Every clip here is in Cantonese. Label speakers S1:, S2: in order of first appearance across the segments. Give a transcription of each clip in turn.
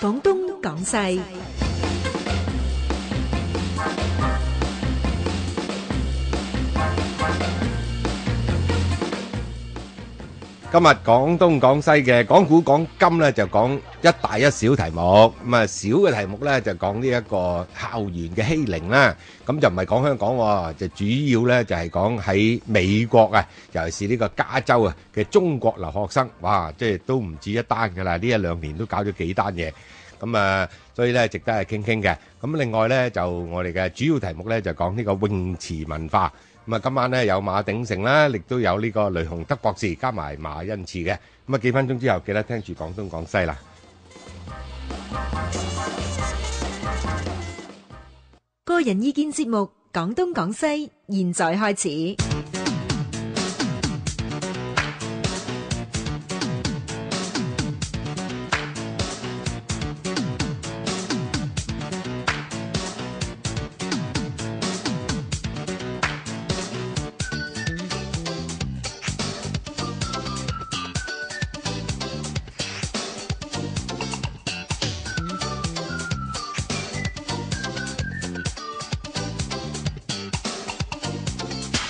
S1: 廣東廣西
S2: 今日廣東廣西嘅講古講今咧就講一大一小題目，咁啊小嘅題目咧就講呢一個校園嘅欺凌啦，咁就唔係講香港喎，就主要咧就係講喺美國啊，尤其是呢個加州啊嘅中國留學生，哇，即係都唔止一單㗎啦，呢一兩年都搞咗幾單嘢。咁啊，所以咧值得係傾傾嘅。咁另外咧就我哋嘅主要題目咧就講呢個泳池文化。咁啊，今晚咧有馬鼎盛啦，亦都有呢個雷洪德博士，加埋馬恩賜嘅。咁啊，幾分鐘之後記得聽住廣東廣西啦。
S1: 個人意見節目《廣東廣西》，現在開始。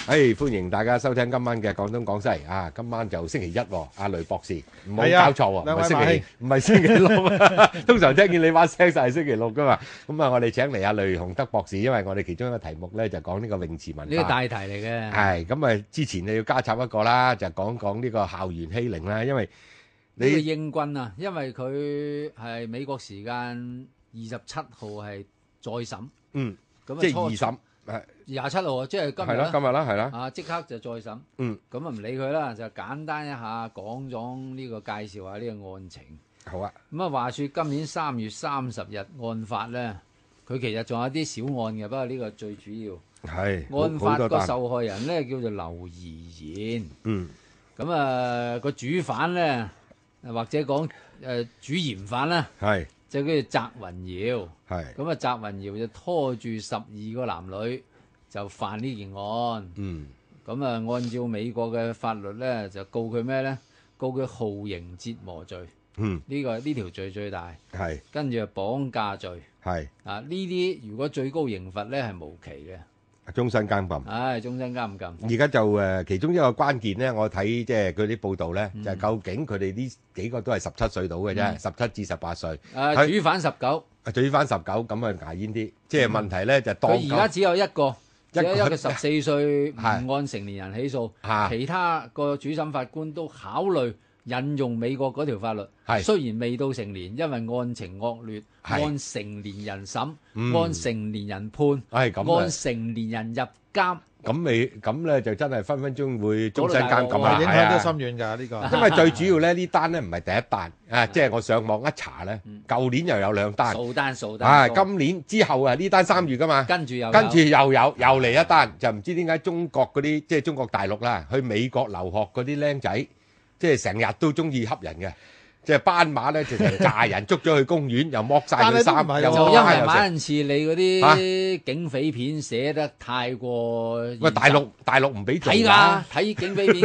S2: 誒，歡迎大家收聽今晚嘅廣東廣西啊！今晚就星期一喎，阿雷博士唔好
S3: 係啊
S2: 搞錯喎，
S3: 兩
S2: 唔
S3: 位
S2: 係星
S3: 馬
S2: 期
S3: 兄
S2: 唔係星期六啊！通常聽見你把聲就係星期六噶嘛。咁啊，我哋請嚟阿雷洪德博士，因為我哋其中一個題目咧就講呢個泳池文化。
S4: 呢個大題嚟嘅，
S2: 係咁啊！之前你要加插一個啦，就講講呢個校園欺凌啦，因為
S4: 呢個
S2: 你
S4: 應軍啊，因為佢係美國時間二十七號係再審，
S2: 嗯，
S4: 咁啊
S2: 即係
S4: 初
S2: 二審誒
S4: 廿七號啊，即係今
S2: 係
S4: 日
S2: 啦，
S4: 啦
S2: 今日啦，係啦，
S4: 啊，即刻就再審，
S2: 嗯，
S4: 咁啊唔理佢啦，就簡單一下講咗呢個介紹下呢個案情。
S2: 好啊，
S4: 咁啊，話說今年三月三十日案發咧，佢其實仲有啲小案嘅，不過呢個最主要
S2: 係好
S4: 案
S2: 好
S4: 發
S2: 多
S4: 個
S2: 單，
S4: 受害人咧叫做劉怡然。
S2: 嗯
S4: 咁啊個主犯咧，或者講誒、呃主嫌犯啦，
S2: 係
S4: 就叫做翟雲耀。
S2: 係
S4: 咁啊，翟雲耀就拖住十二個男女就犯呢件案。
S2: 嗯
S4: 咁啊，按照美國嘅法律咧，就告佢咩咧？告佢酷刑折磨罪，
S2: 嗯
S4: 呢、個呢條罪最大，
S2: 係
S4: 跟住啊綁架罪
S2: 係
S4: 啊，呢啲如果最高刑罰咧係無期嘅，
S2: 終身監禁。
S4: 唉、終身監禁。
S2: 而家就誒，其中一個關鍵咧，我睇即係佢啲報道咧，就係究竟佢哋呢幾個都係十七歲到嘅啫，十七至十八歲，
S4: 啊，
S2: 係
S4: 主犯十九，
S2: 最翻十九咁啊牙煙啲。即係問題咧就當
S4: 佢而家只有一個，
S2: 一個
S4: 只 有一個十四歲唔
S2: 係啊
S4: 按成年人起訴，
S2: 嚇
S4: 其他個主審法官都考慮引用美國嗰條法律。
S2: 係
S4: 雖然未到成年，因為案情惡劣，
S2: 係
S4: 按成年人審，
S2: 嗯
S4: 按成年人判，
S2: 係咁啊
S4: 按，成年人入監。
S2: 咁你咁咧就真係分分鐘會終身監禁啦，
S3: 哇影響都
S2: 係
S3: 深
S2: 啊。
S3: 遠㗎呢個。
S2: 因為最主要咧呢單咧唔係第一單啊，即係我上網一查咧，舊年又有兩單，
S4: 數單數單，
S2: 啊今年之後啊呢單三月噶嘛。
S4: 跟住又有
S2: 跟住又有又嚟一單，就唔知點解中國嗰啲即係中國大陸啦，去美國留學嗰啲僆仔，即係成日都中意恰人嘅，即係斑馬咧就成扎人捉咗去公園，又剝晒佢衫，
S3: 但係都唔係喎
S2: 又啊
S4: 就因為
S2: 拉又
S4: 馬
S2: 成。
S4: 恩賜你嗰啲警匪片寫得太過
S2: 啊喂，
S4: 現
S2: 大
S4: 實
S2: 陸大陸唔俾做
S4: 睇㗎，睇警匪片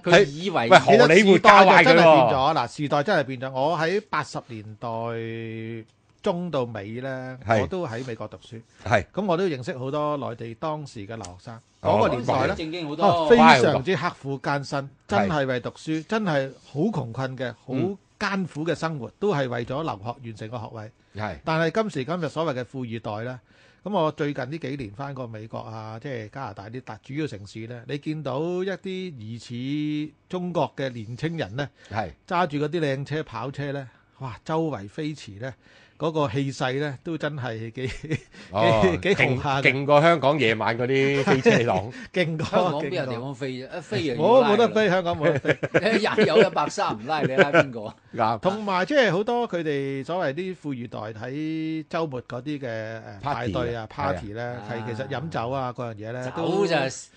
S4: 佢
S2: 睇
S4: 以為
S2: 喂
S3: 其實
S2: 荷里活
S3: 時代
S2: 教壞佢
S3: 真係
S2: 喎
S3: 變咗嗱，時代真係變咗。我喺八十年代中到尾咧，
S2: 係
S3: 我都喺美國讀書，
S2: 係
S3: 咁我都認識好多內地當時嘅留學生。
S2: 哦
S3: 嗰個年代咧，
S4: 正經好
S3: 哦
S4: 多，
S3: 非
S2: 哇
S3: 常之刻苦艱辛，真係為讀書，真係好窮困嘅，好
S2: 嗯
S3: 艱苦嘅生活，都係為咗留學完成個學位。
S2: 係
S3: 但係今時今日所謂嘅富二代咧，咁我最近呢幾年翻過美國啊，即係加拿大啲大主要城市咧，你見到一啲疑似中國嘅年青人咧，
S2: 係
S3: 揸住嗰啲靚車跑車咧，哇，周圍飛馳咧，嗰、個氣勢咧都真係幾
S2: 哦，
S3: 幾幾
S2: 勁
S3: 豪下嘅
S2: 勁過香港夜晚嗰啲飛車 黨，
S3: 勁過
S4: 香港邊有
S3: 勁
S4: 地
S3: 過
S4: 方飛啫？一飛就
S3: 我
S4: 要
S3: 冇得
S4: 拉㗎
S3: 飛，香港冇得飛。
S4: 啦，一 有一百三唔拉你拉 邊個啊？
S2: 啱
S3: 同埋即係好多佢哋所謂啲富二代喺週末嗰啲嘅
S2: Party
S3: 誒派對啊
S2: 啊、
S3: party 咧，
S4: 啊
S3: 係其實飲酒啊嗰樣嘢咧，
S4: 走
S3: 都
S4: 就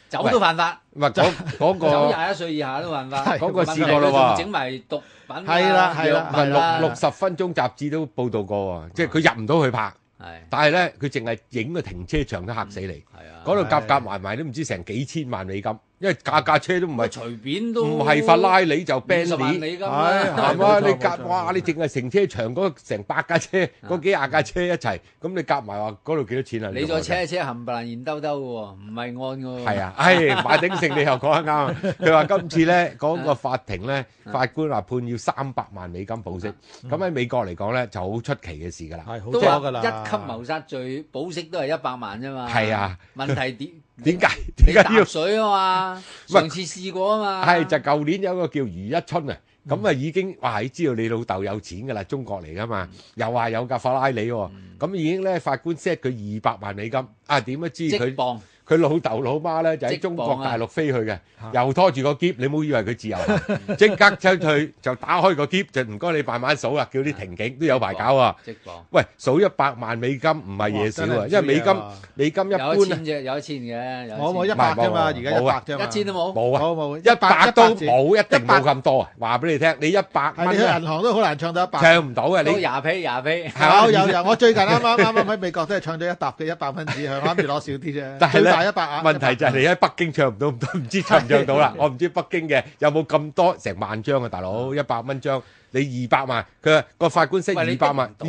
S4: 走都犯法，
S2: 唔係嗰嗰
S4: 走
S2: 個
S4: 廿一歲以下都犯法。
S3: 係
S2: 嗰個試
S4: 問題
S2: 過
S4: 佢
S2: 啦
S4: 仲
S2: 喎
S4: 整埋毒品啊
S3: 係啦係啦
S4: 藥
S2: 唔
S4: 物
S2: 係
S4: 啦
S2: 六六十分鐘雜誌都報導過喎，即係佢入唔到去拍，
S4: 係
S2: 但係咧佢淨係影個停車場都嚇死你。
S4: 係啊，
S2: 嗰度夾夾埋埋都唔知成幾千萬美金，因為架架車都唔係
S4: 隨便都
S2: 唔係法拉利就
S4: 50萬
S2: Bentley。
S4: 里㗎嘛
S3: 係
S2: 係
S3: 冇
S2: 嘛？
S3: 錯
S2: 你
S3: 冇
S2: 夾
S3: 錯
S2: 哇！你淨係停車場嗰成百架車，嗰幾廿架車一齊，咁你夾埋話嗰度幾多錢啊？
S4: 你
S2: 仲
S4: 再
S2: 話
S4: 車一車冚唪唥現兜兜嘅喎，唔係按嘅喎。
S2: 係啊，唉，馬鼎盛你又講得啱啊！佢話今次咧嗰個法庭咧，法官話判要三百萬美金保釋，咁喺美國嚟講咧就好出奇嘅事㗎啦。
S3: 係好
S4: 都
S3: 多
S4: 話
S3: 㗎啦，
S4: 一級謀殺罪保釋都係一百萬啫嘛。
S2: 係啊，
S4: 問題點
S2: 點解
S4: 你
S2: 點解
S4: 搭
S2: 要？
S4: 水啊嘛？
S2: 唔係
S4: 上次試過啊嘛。
S2: 係就舊年有一個叫余一春啊，咁啊已經哇知道你老豆有錢㗎啦，中國嚟㗎嘛，又話有架法拉利喎，咁已經咧法官 set 佢二百萬美金，啊點都知
S4: 即
S2: 佢
S4: 磅
S2: 佢老豆老媽咧就喺
S4: 即
S2: 中
S4: 磅
S2: 國
S4: 啊
S2: 大陸飛去嘅
S3: 嚇，
S2: 又拖住個箧，你唔好以為佢自由行，即刻出去就打開個箧，就唔該你慢慢數啦，叫啲庭警都有排搞啊！
S4: 即磅。
S2: 喂，數一百萬美金唔係嘢少啊，
S3: 哇真係唔
S2: 因
S3: 少
S2: 為美
S3: 嘢
S2: 金
S3: 啊
S2: 美金一
S4: 有
S2: 般
S4: 一
S2: 咧
S4: 千啫，有一千嘅。有
S3: 我冇一
S4: 千
S2: 唔係
S3: 百啫嘛，而
S2: 冇
S3: 家
S2: 冇
S3: 一
S2: 啊
S3: 百啫嘛，
S4: 一千都冇。
S2: 冇啊，
S3: 冇冇
S2: 一百都
S3: 字
S2: 冇，一定
S3: 百
S2: 冇咁多啊！話俾你聽，你一百
S3: 係
S2: 蚊
S3: 你去
S2: 咧
S3: 銀行都好啊難唱啊到一百。
S2: 唱唔到啊！你
S4: 都廿批廿批。
S2: 係啊嘛
S3: 有有有，我最近啱啱啱啱喺美國都係唱咗一沓嘅一百蚊紙，係啱住攞少啲啫。
S2: 但係
S3: 最
S2: 咧
S3: 大一百啊！
S2: 問題就係你喺北京唱唔到咁多，唔知唱唔唱到啦。我唔知北京嘅有冇咁多成萬張啊，大佬一百蚊張，你二百萬，佢話個法官識
S4: 喂你
S2: 二百萬
S4: 都，